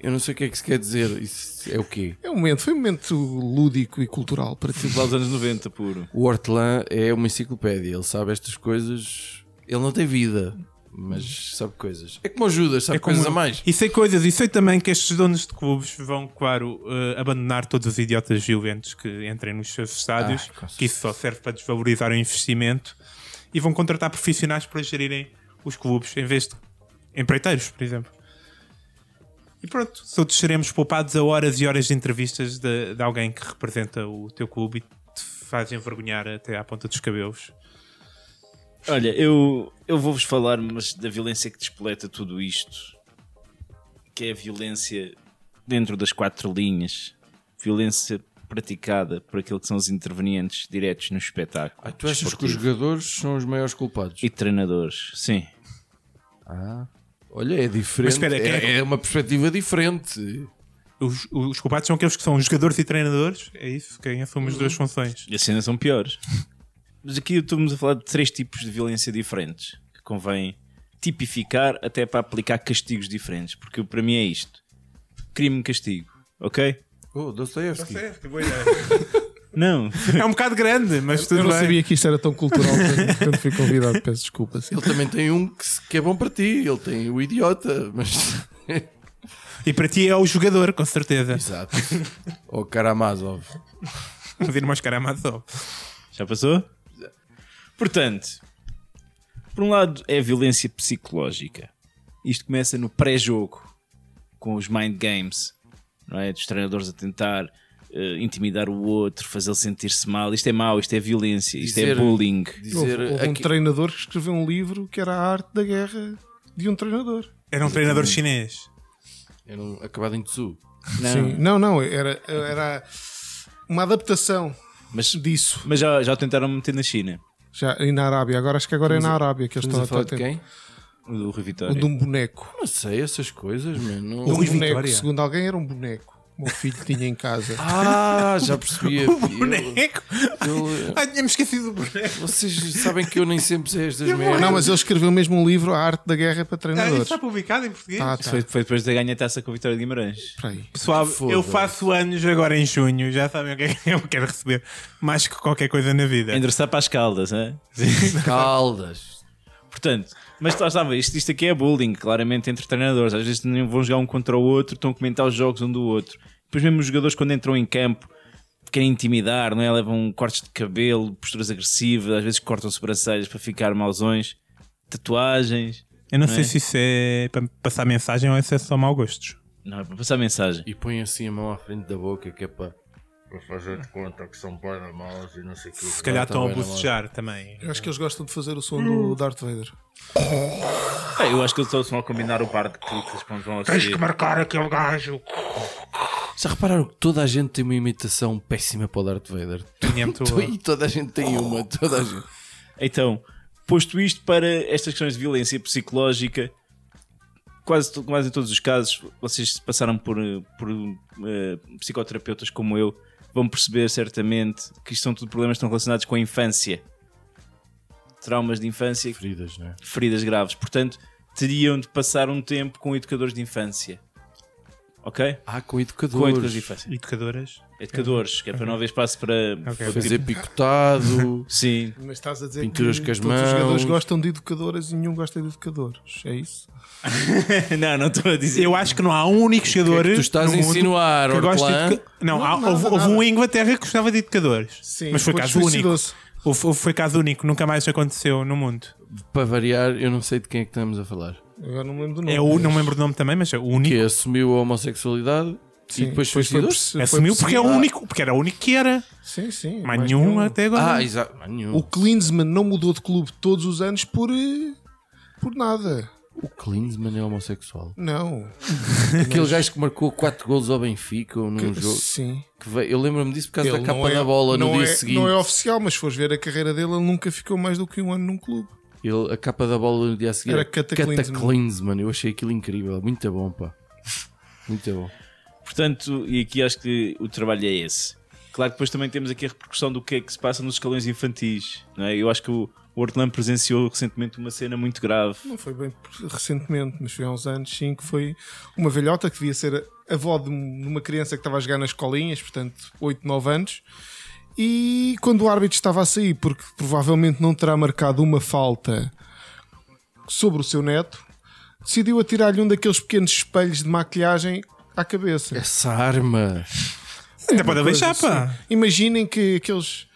D: Eu não sei o que é que se quer dizer. Isso é o quê?
E: É um momento, foi um momento lúdico e cultural para ti.
B: Futebol dos anos 90, puro.
D: O Hortelã é uma enciclopédia. Ele sabe estas coisas. Ele não tem vida. mas sabe coisas. É como o Judas, sabe
C: É como
D: coisas
C: eu.
D: a mais.
C: E sei coisas, e sei também que estes donos de clubes vão, claro, eh, abandonar todos os idiotas violentos que entrem nos seus estádios,
D: Ah, com
C: que isso só serve para desvalorizar o investimento, e vão contratar profissionais para gerirem os clubes, em vez de empreiteiros, por exemplo. E pronto, todos seremos poupados a horas e horas de entrevistas de, de alguém que representa o teu clube e te faz envergonhar até à ponta dos cabelos.
B: Olha, eu, eu vou-vos falar, mas da violência que despoleta tudo isto, que é a violência dentro das quatro linhas, violência praticada por aquilo que são os intervenientes diretos no espetáculo.
D: Ai, Ah, tu achas que os
B: desportivo.
D: jogadores são os maiores culpados?
B: E treinadores, sim.
D: Ah, olha, é diferente.
C: espera, quem é que-
D: é, é uma perspectiva diferente.
C: Os, os culpados são aqueles que são jogadores e treinadores, é isso? Quem assume as
D: Uhum.
C: duas funções?
B: E assim ainda são piores. Mas aqui estamos a falar de três tipos de violência diferentes que convém tipificar até para aplicar castigos diferentes, porque para mim é isto: crime-castigo, ok?
D: Oh, Dostoevsky.
B: Não,
C: É um bocado grande, mas tudo
E: Eu não
C: bem.
E: sabia que isto era tão cultural, portanto, portanto fui convidado, peço desculpa. sim.
D: Ele também tem um que, se- que é bom para ti. Ele tem o idiota, mas.
C: E para ti é o jogador, com certeza.
D: Exato. Ou Karamazov.
C: Os irmãos Karamazov.
B: Já passou? Portanto, por um lado é a violência psicológica. Isto começa no pré-jogo, com os mind games, não é? Dos treinadores a tentar eh, intimidar o outro, fazê-lo sentir-se mal. Isto é mau, isto é violência, isto é
D: Dizer-
B: bullying.
D: Dizer.
E: houve, houve um
D: aqui-
E: treinador que escreveu um livro que era a arte da guerra de um treinador.
C: Era um treinador chinês.
D: Era um acabado em Tzu.
B: Não,
E: Sim. Não, não, era, era uma adaptação
B: mas,
E: disso
B: mas já, já o tentaram meter na China,
E: já, e na Arábia. Agora acho que agora é na Arábia que eles
D: Estamos
E: estão
D: a
E: a
D: falar de
E: tratar.
D: quem?
B: o do Rui Vitória.
E: Um de um boneco.
D: Não sei essas coisas, mano.
E: Um
C: Rui
E: boneco,
C: Vitória.
E: segundo alguém, era um boneco. O meu filho tinha em casa.
D: Ah, já percebi.
C: O boneco?
D: Eu- eu-
C: Ai, tinha-me esquecido do boneco. Ah,
D: vocês sabem que eu nem sempre sei estas merdas.
E: Não, mas ele escreveu mesmo um livro, A Arte da Guerra
C: Ah,
E: para
C: isso
E: Treinadores.
C: está publicado em português?
E: Tá,
B: Isso
E: tá.
B: Foi, foi depois de ganhar a taça com o Vitória de Guimarães.
E: Espera aí.
C: Pessoal,
D: Foda-se.
C: eu faço anos agora em junho. Já sabem o que é que eu quero receber. Mais que qualquer coisa na vida.
B: Endereçar para as caldas, é?
D: Caldas.
B: Portanto, mas lá estava, isto, isto aqui é bullying, claramente, entre treinadores. Às vezes nem vão jogar um contra o outro, estão a comentar os jogos um do outro. Depois mesmo os jogadores quando entram em campo querem intimidar, não é? Levam cortes de cabelo, posturas agressivas, às vezes cortam sobrancelhas para ficar mauzões, tatuagens.
C: Eu não
B: Não
C: sei
B: é?
C: se isso é para passar mensagem ou se é só mau gostos.
B: Não, é para passar mensagem.
D: E põe assim a mão à frente da boca que é para.
F: para fazer de conta que são bué da maus e não sei o que.
C: Se calhar
D: Não, tá
C: estão a
D: bem, não é?
C: bocejar também.
E: Eu acho que eles gostam de fazer o som do Darth Vader.
B: Ah, eu acho que eles só vão combinar o par de putas quando vão a seguir.
F: marcar aquele gajo.
D: Já repararam que toda a gente tem uma imitação péssima para o Darth Vader?
C: Tinha muito-
D: E toda a gente tem uma, toda a gente.
B: Então, posto isto para estas questões de violência psicológica, quase, to- quase em todos os casos, vocês se passaram por, eh, por eh, psicoterapeutas como eu, vão perceber certamente que isto são tudo problemas que estão relacionados com a infância. Traumas de infância,
D: Feridas, não é?
B: feridas graves. Portanto, teriam de passar um tempo com educadores de infância. Ok?
D: Ah, com
B: Com educadores de
D: educadores.
B: infância.
C: Educadoras.
B: Educadores, que é para não haver espaço para.
C: Ok.
B: para
D: Fazer
B: tipo-
D: picotado.
B: Sim,
E: Mas estás a dizer
D: Pinturas
E: que
D: com as
E: todos os jogadores
D: mãos.
E: gostam de educadoras e nenhum gosta de educadores. É isso?
B: não, não estou a dizer.
C: Eu acho que não há um único jogador.
D: tu estás
C: no
D: a
C: mundo
D: insinuar,
C: que gosta de
D: Hortelã?
C: educa- Não, há-
E: nada,
C: houve, houve
E: nada.
C: um em Inglaterra que gostava de educadores. mas foi
E: depois
C: caso único.
E: suicidou-se.
C: Houve- houve- foi caso único, nunca mais aconteceu no mundo.
D: Para variar, eu não sei de quem é que estamos a falar.
E: Agora não me lembro do nome.
C: É o,
E: mas-
C: não me lembro do nome também, mas é o único.
D: Que assumiu a homossexualidade
E: Sim,
D: e depois
E: foi- foi
D: suicidou-se.
E: perce- foi
C: Assumiu porque é o
E: percebido.
C: único, porque era o único que era.
E: Sim, sim.
C: Mais
E: mais um.
C: nenhum
E: nenhum.
C: até agora.
D: Ah, exato. Mas nenhum.
E: O Klinsmann não mudou de clube todos os anos por, eh, por nada.
D: O Klinsmann é homossexual.
E: Não.
D: Aquele gajo que marcou 4 golos ao Benfica ou num jogo.
E: Sim.
D: Que veio- eu lembro-me disso por causa da
E: Ele
D: capa
E: não é-
D: da bola no
E: não
D: dia
E: é-
D: seguinte.
E: Não é oficial, mas se fores ver a carreira dele, ele nunca ficou mais do que um ano num clube.
D: Ele, a capa da bola no dia seguinte
E: Era Cataclinsman.
D: Cataclinsman. Eu achei aquilo incrível. Muito bom, pá. Muito bom.
B: Portanto, e aqui acho que o trabalho é esse. Claro que depois também temos aqui a repercussão do que é que se passa nos escalões infantis. Não é? Eu acho que o o Hortelã presenciou recentemente uma cena muito grave.
E: Não foi bem recentemente, mas foi há uns anos, sim, que foi uma velhota que devia ser a avó de um- de uma criança que estava a jogar nas escolinhas, portanto, 8, 9 anos. E quando o árbitro estava a sair, porque provavelmente não terá marcado uma falta sobre o seu neto, decidiu atirar-lhe um daqueles pequenos espelhos de maquilhagem à cabeça. É
D: Essa arma.
C: Ainda pode haver
E: Coisa
C: chapa.
E: assim. Imaginem que aqueles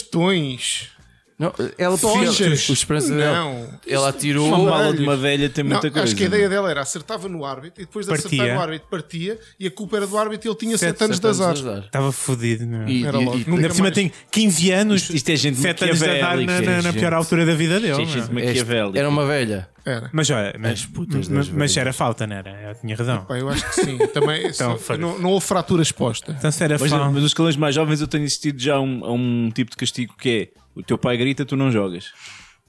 E: bastões.
D: Não, ela prefere-
E: Fichas.
D: o esperança dela-
E: Não. é
D: Ela atirou.
B: Uma bala
E: Caralho.
B: de uma velha tem
E: Não,
B: muita coisa.
E: acho que a ideia
B: não
E: dela era acertava no árbitro e depois de
C: Partia.
E: acertar no árbitro partia e a culpa era do árbitro e ele tinha
C: Sete-
E: 7 anos de azar.
C: Estava fodido, meu.
D: E,
E: Era
D: e-
E: logo.
D: e-
E: Nunca
C: Ainda por cima
E: mais.
C: tem 15 anos.
B: Isto- isto é gente
C: sete anos de azar na,
B: maquiavélica,
C: na- na pior
B: gente.
C: altura da vida dele.
B: Isto é gente
C: meu.
D: este-
B: maquiavélica.
D: era uma velha.
E: Era.
C: Mas olha, mas,
D: putas das
C: mas- mas
D: velhas.
C: era falta, não era? Eu tinha razão.
E: Pá, eu acho que sim. Também
C: Então,
E: só-
C: foda-se.
E: não, não houve fratura exposta.
C: Então se era
B: Mas,
C: falta.
B: mas os escalões mais jovens eu tenho assistido já a um, a um tipo de castigo que é o teu pai grita, tu não jogas.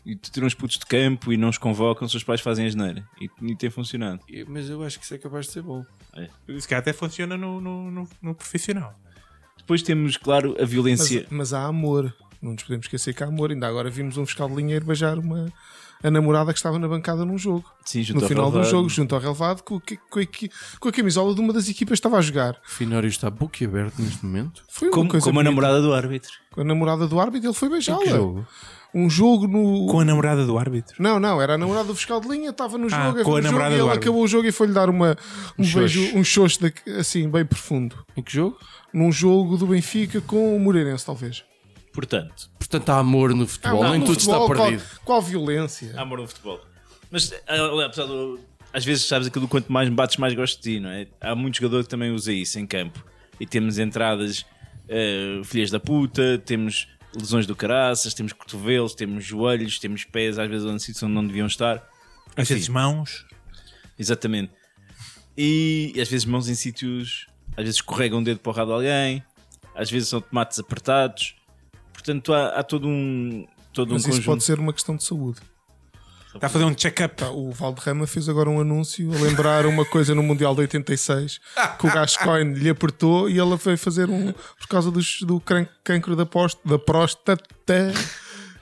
B: E tu tiram os putos de campo e não os convocam, se os pais fazem a geneira. E, e tem funcionado.
D: E- Mas eu acho que isso é capaz de ser bom.
C: Se calhar até funciona no, no, no- no profissional.
B: Depois temos, claro, a violência.
E: Mas, mas há amor. Não nos podemos esquecer que há amor. Ainda agora vimos um fiscal de linheiro beijar uma, a namorada que estava na bancada num jogo.
B: Sim, junto
E: No
B: ao
E: final de um
B: relvado.
E: jogo, junto ao relevado, com, que- com a equi- com a camisola de uma das equipas que estava a jogar.
D: O Finório está boquiaberto neste momento.
E: Foi uma
B: Como,
E: coisa
B: como a
E: bonita.
B: namorada do árbitro.
E: Com a namorada do árbitro, ele foi beijá-la.
D: Que jogo?
E: Um jogo no.
C: Com a namorada do árbitro.
E: Não, não, era a namorada do fiscal de linha, estava no jogo,
C: Ah, com a
E: acabou o jogo
C: namorada
E: e
C: do
E: ele
C: árbitro.
E: acabou o jogo e foi-lhe dar uma, um,
D: xoxo.
E: beijo, um xoxo daqui- assim, bem profundo.
D: Em que jogo?
E: Num jogo do Benfica com o Moreirense, talvez.
B: Portanto,
D: Portanto, há amor no
E: Ah,
D: futebol,
E: não,
D: nem
E: no
D: tudo
E: futebol,
D: está
E: qual-
D: perdido.
E: Qual, violência?
B: amor no futebol. Mas, ah, apesar do. Às vezes sabes aquilo do quanto mais me bates, mais gosto de ti, não é? Há muito jogador que também usa isso em campo. E temos entradas ah, filhas da puta, temos lesões do caraças, temos cotovelos, temos joelhos, temos pés, às vezes onde sítios onde não deviam estar.
C: Às vezes mãos.
B: Exatamente. E, e às vezes mãos em sítios. Às vezes escorrega um dedo para o rabo de alguém, às vezes são tomates apertados. Portanto, há, há todo um. Todo
E: Mas
B: um
E: isso
B: conjunto.
E: pode ser uma questão de saúde.
C: Está a fazer um check-up.
E: Pá, O Valderrama fez agora um anúncio a lembrar uma coisa no Mundial de 86 que o Gascoigne lhe apertou e ela foi fazer um por causa dos- do cran- cancro da, post, da próstata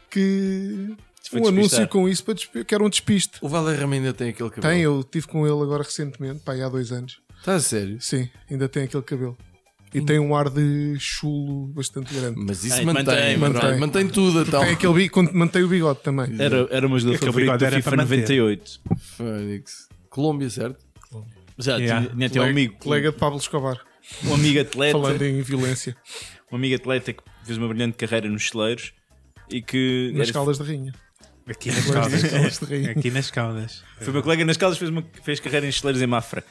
E: que
B: Foi
E: um anúncio
B: despistar.
E: com isso para despi- que era um despiste.
D: O Valerrama ainda tem aquele cabelo.
E: Tem, eu tive com ele agora recentemente, pá, aí há dois anos.
D: Está a sério?
E: Sim, ainda tem aquele cabelo. E tem um ar de chulo bastante grande.
D: Mas isso
B: Ai,
D: mantém, mantém,
B: mantém,
D: mantém,
E: mantém.
D: tudo, então.
E: Tem aquele bi- con- mantém o bigode também.
B: Era, era o meu
E: É
B: jogador
C: Aquele
B: favorito
C: bigode
B: do
C: era
B: FIFA
C: para manter.
B: 98.
D: Fónix. Colômbia, certo?
B: Já,
C: Yeah.
B: tinha, tinha até um amigo,
E: Colega de Pablo Escobar,
B: um amigo atleta,
E: falando em violência
B: um amigo atleta que fez uma brilhante carreira nos celeiros e que
E: nas
B: era-
E: calas de rainha.
C: Aqui nas caudas.
E: Calas de rainha.
C: Aqui nas caudas.
B: Foi meu colega nas Caldas, fez, uma, fez carreira em esteleiros em Mafra.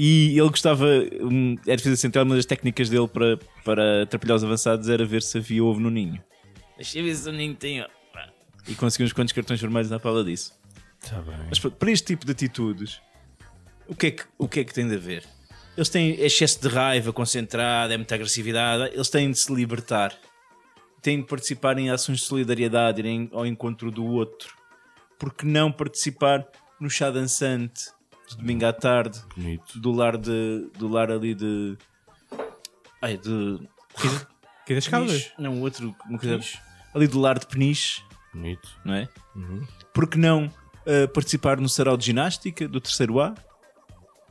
B: E ele gostava, hum, era defesa central, uma das técnicas dele para, para atrapalhar os avançados era ver se havia ovo no ninho. Deixa eu ver se o ninho tem ovo. E conseguiu uns quantos cartões vermelhos na pala disso.
D: Está bem.
B: Mas pronto, para este tipo de atitudes, o que é que, o que, é que tem de haver? Eles têm excesso de raiva concentrada, é muita agressividade, eles têm de se libertar, têm de participar em ações de solidariedade, irem ao encontro do outro. Porque não participar no chá dançante de domingo à tarde,
D: Bonito.
B: do lar, de, do lar ali de. Ai, de.
C: Aqui nas caudas.
B: Peniche? Não, outro. Uma coisa, ali do lar de Peniche
D: Bonito.
B: não é?
D: Uhum.
B: Porque não uh, participar no sarau de ginástica do terceiro A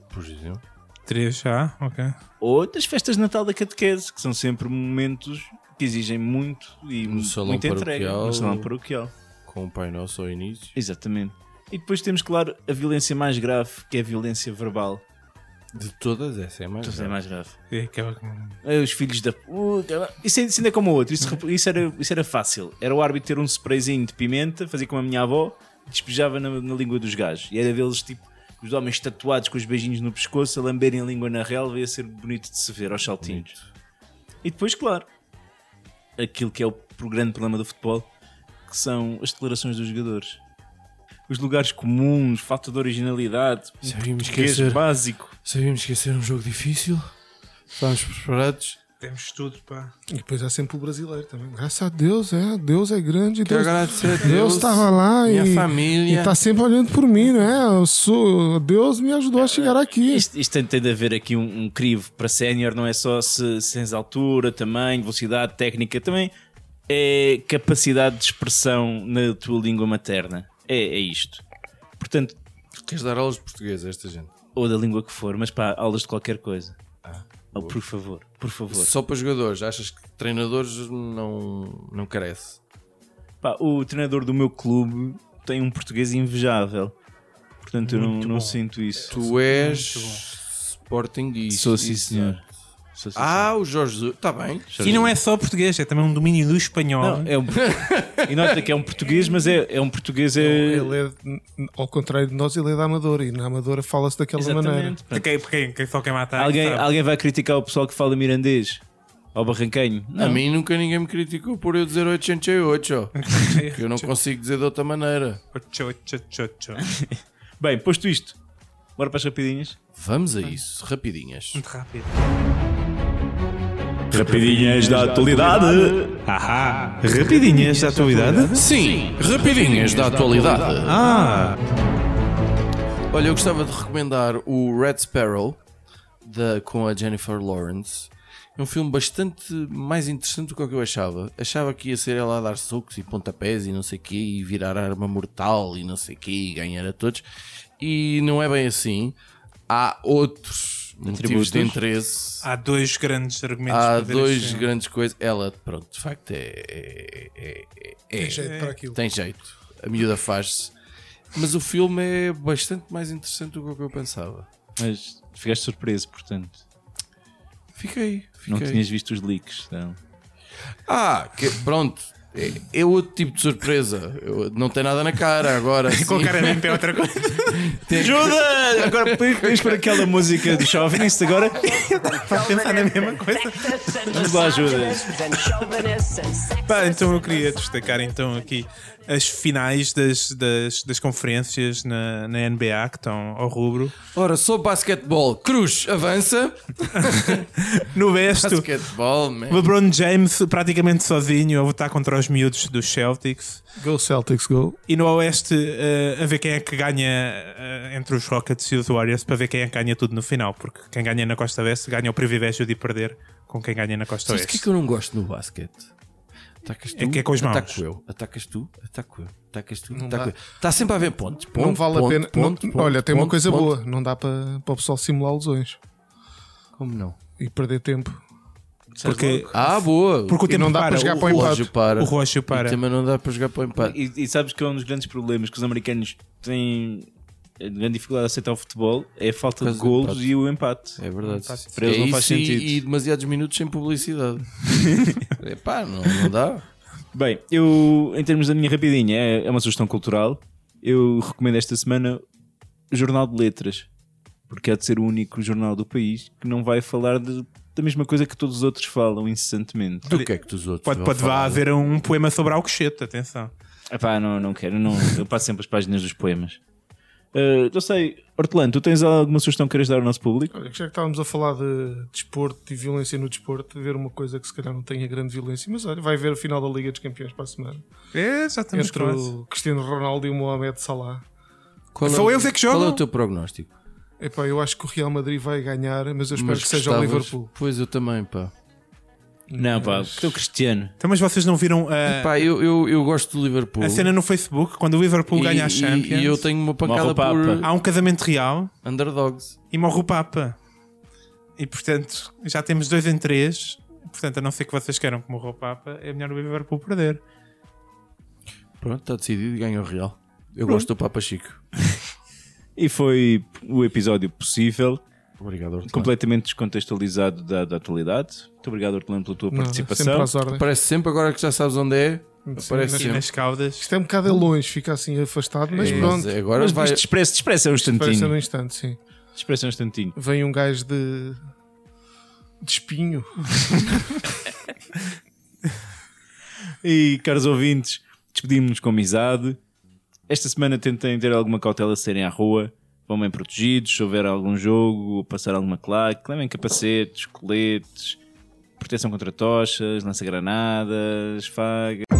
D: Por exemplo.
C: Três já, ok.
B: ou das festas de Natal da Catequese, que são sempre momentos que exigem muito e
D: No
B: mu-
D: salão
B: muita entrega
D: paroquial.
B: no salão paroquial.
D: Com o Pai Nosso ao início.
B: Exatamente. E depois temos, claro, a violência mais grave, que é a violência verbal.
D: De todas, essa é mais.
B: Isso é
D: grave.
B: mais grave.
C: E acaba com-
B: Ah, Os filhos da puta. Isso, é- isso ainda é como outro. Isso, rep- isso era, isso era fácil. Era o árbitro ter um sprayzinho de pimenta, fazia como a minha avó, despejava na, na língua dos gajos. E era deles, tipo, os homens tatuados com os beijinhos no pescoço, a lamberem a língua na relva, ia ser bonito de se ver aos saltinhos. E depois, claro, aquilo que é o pro- grande problema do futebol, que são as declarações dos jogadores. Os lugares comuns, falta de originalidade, um
D: Sabíamos
B: português
D: esquecer.
B: básico.
D: Sabíamos que ia ser um jogo difícil. Estávamos preparados.
C: Temos tudo, pá.
E: E depois há sempre o brasileiro também. Graças a Deus, é. Deus é grande. Deus,
D: agradecer a Deus,
E: Deus estava lá
D: minha
E: e,
D: família.
E: e tá sempre olhando por mim, não é? Eu sou, Deus me ajudou a chegar aqui.
B: Isto, isto tem, tem de haver aqui um, um crivo para sénior, não é só se, se tens altura, tamanho, velocidade, técnica, também é capacidade de expressão na tua língua materna. É, é isto. Portanto,
D: Queres dar aulas de português a esta gente?
B: ou da língua que for, mas pá, aulas de qualquer coisa. Oh, por favor, por favor.
D: Só para jogadores. Achas que treinadores não, não carece?
B: Pá, o treinador do meu clube tem um português invejável. Portanto, eu não, não sinto isso.
D: Tu és Sportingista.
B: Sou sim, senhor. Sou, sim,
D: Ah, o Jorge Jesus. Está bem.
C: E não é só português, é também um domínio do espanhol.
B: senhor. Não, é um... e nota que é um português, mas é, é um português. É...
E: Ele é, ao contrário de nós, ele é da Amadora e na Amadora fala-se daquela maneira.
B: Exatamente.
C: Para
B: Portanto,
C: quem, para quem, quem só quer matar.
B: Alguém,
C: sabe?
B: alguém vai criticar o pessoal que fala mirandês ao barranquenho?
D: A
B: Não,
D: mim nunca ninguém me criticou por eu dizer 88. ó. Que eu não consigo dizer de outra maneira.
C: Tchô, tchô, tchô, tchô.
B: Bem, posto isto, bora para as rapidinhas.
D: Vamos a isso, rapidinhas.
C: Muito rápido.
B: Rapidinhas da atualidade.
C: Ahá. Rapidinhas da atualidade.
D: Sim, rapidinhas da atualidade.
C: Ah.
D: Olha, eu gostava de recomendar o Red Sparrow da, com a Jennifer Lawrence. É um filme bastante mais interessante do que o que eu achava. Achava que ia ser ela a dar socos e pontapés e não sei o quê, e virar arma mortal e não sei o quê, e ganhar a todos. E não é bem assim. Há outros motivos de
B: Atributos.
D: interesse.
C: Há dois grandes argumentos.
D: Há
C: para assim. ver
D: dois
C: este filme.
D: grandes coisas. Ela, pronto, de facto, é. é- é- é- é-
E: Tem jeito para aquilo.
D: tem jeito. A miúda faz-se. Mas o filme é bastante mais interessante do que o que eu pensava.
B: Mas ficaste surpreso, portanto.
D: Fiquei,
B: Não
D: fiquei.
B: tinhas visto os leaks. então. Não.
D: Ah, que- pronto. É, é outro tipo de surpresa. Eu- não tem nada na cara agora. assim.
C: Com cara limpa é outra coisa.
B: Ajuda! Agora pões para aquela música do Chauvinist agora.
C: Pensar na mesma coisa.
B: Vamos lá, ajuda.
C: Pá, então eu queria destacar então aqui as finais das, das, das conferências na, na NBA que estão ao rubro.
D: Ora, sou basquetebol. Cruz, avança.
C: No Vesto,
D: Basquetebol, man.
C: LeBron James praticamente sozinho a lutar contra os miúdos dos Celtics.
E: Go Celtics, go.
C: E no Oeste eh, a ver quem é que ganha eh, entre os Rockets e os Warriors para ver quem é que ganha tudo no final. Porque quem ganha na Costa Oeste ganha o privilégio de perder com quem ganha na Costa
D: Sabes o que
C: Oeste.
D: é que eu não gosto no basquete? Atacas tu,
C: É que é com as mãos.
D: ataco eu, atacas tu, ataco eu, atacas tu,
E: dá.
D: ataco eu. Está sempre a haver pontos. Ponto,
E: não vale
D: ponto,
E: a pena.
D: ponto,
E: não-
D: ponto,
E: olha, tem uma
D: ponto,
E: coisa
D: ponto.
E: boa: não dá para, para o pessoal simular lesões
D: Como não?
E: e perder tempo.
C: Porque,
D: Ah, boa.
C: porque o
E: E
C: tempo
E: não dá
C: para.
E: para jogar
C: o,
E: para o empate.
D: relógio para.
C: o relógio para.
D: E também não dá para jogar para o empate.
B: E, e sabes que é um dos grandes problemas que os americanos têm eh, grande dificuldade a aceitar o futebol é a falta de
D: causa do
B: golos
D: empate.
B: e o empate.
D: É verdade.
B: Para eles
D: É
B: não faz
D: isso e-
B: sentido.
D: E, demasiados minutos sem publicidade. Epá, não, não dá.
B: Bem, eu, em termos da minha rapidinha, é, é uma sugestão cultural. Eu recomendo esta semana o Jornal de Letras, porque há de ser o único jornal do país que não vai falar de- da mesma coisa que todos os outros falam incessantemente.
D: Do que é que dos outros
C: Pode,
D: vão
C: pode vá
D: falar?
C: haver um poema sobre Alcochete, atenção.
B: Epá, não, não quero, não, eu passo sempre as páginas dos poemas. Eh, não sei, Hortelano, tu tens alguma sugestão que queiras dar ao nosso público?
E: Olha, já que estávamos a falar de desporto e violência no desporto, ver uma coisa que se calhar não tenha grande violência, mas olha, vai ver a final da Liga dos Campeões para a semana.
C: É, já estamos
E: entre
C: quase.
E: o Cristiano Ronaldo e o Mohamed Salah.
D: Qual
C: Só
D: o-
C: eles é que
D: Qual é
C: jogam?
D: o teu prognóstico?
E: Epá, eu acho que o Real Madrid vai ganhar, mas eu espero
D: Mas
E: que seja o
D: gostavas-
E: Liverpool.
D: Pois eu também, pá.
B: Não, pá, porque teu Cristiano.
C: Então, mas vocês não viram a,
D: Pá, eu, eu, eu gosto do Liverpool.
C: É. a cena no Facebook quando o Liverpool
D: E-
C: ganha a
D: e-
C: Champions?
D: E, eu tenho uma
B: Morre
D: pancada
B: o Papa.
D: por
C: Há um casamento real
D: underdogs.
C: e morre o Papa. E portanto, já temos dois em três. Portanto, a não ser que vocês queiram que morra o Papa, é melhor o Liverpool perder.
D: Pronto, está decidido e ganha o Real. Eu gosto do Papa Chico.
B: E foi o episódio possível,
D: Obrigado, Hortelã.
B: completamente descontextualizado da, da atualidade. Muito obrigado, Hortelano, pela tua
E: Não, sempre
B: participação.
E: às ordens.
D: Aparece sempre, agora que já sabes onde é. Aparece
E: Sim,
C: E
D: sempre.
C: nas caudas.
E: Isto é um bocado longe, fica assim afastado, mas
D: Mas
E: pronto.
D: agora
B: Mas
D: vai.
B: isto expressa, expressa um
E: Parece
B: instantinho.
E: num instante, sim.
B: Expressa um instantinho.
E: Vem um gajo de. de espinho.
B: E, caros ouvintes, despedimos-nos com amizade. Esta semana tentem ter alguma cautela se saírem à rua. Vão bem protegidos, se houver algum jogo, ou passar alguma claque, levem capacetes, coletes, proteção contra tochas, lança-granadas, fagas.